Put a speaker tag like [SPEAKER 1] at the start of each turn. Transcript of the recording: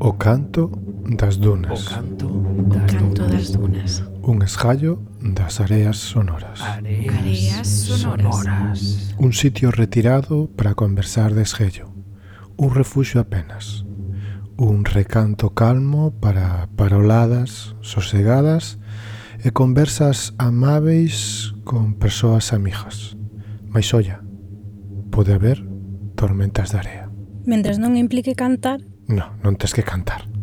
[SPEAKER 1] O canto das dunas.
[SPEAKER 2] O canto
[SPEAKER 3] O
[SPEAKER 2] das
[SPEAKER 3] canto
[SPEAKER 2] dunas.
[SPEAKER 3] das dunas.
[SPEAKER 1] Un esgallo das areas sonoras.
[SPEAKER 2] Areas,
[SPEAKER 3] Areas sonoras.
[SPEAKER 2] sonoras.
[SPEAKER 1] Un sitio retirado para conversar de esgello. Un refuxo apenas. Un recanto calmo para paroladas sosegadas e conversas amáveis con persoas amigas. Mais olla, pode haber tormentas de area.
[SPEAKER 4] Mentras non implique cantar,
[SPEAKER 1] No, non tes que cantar.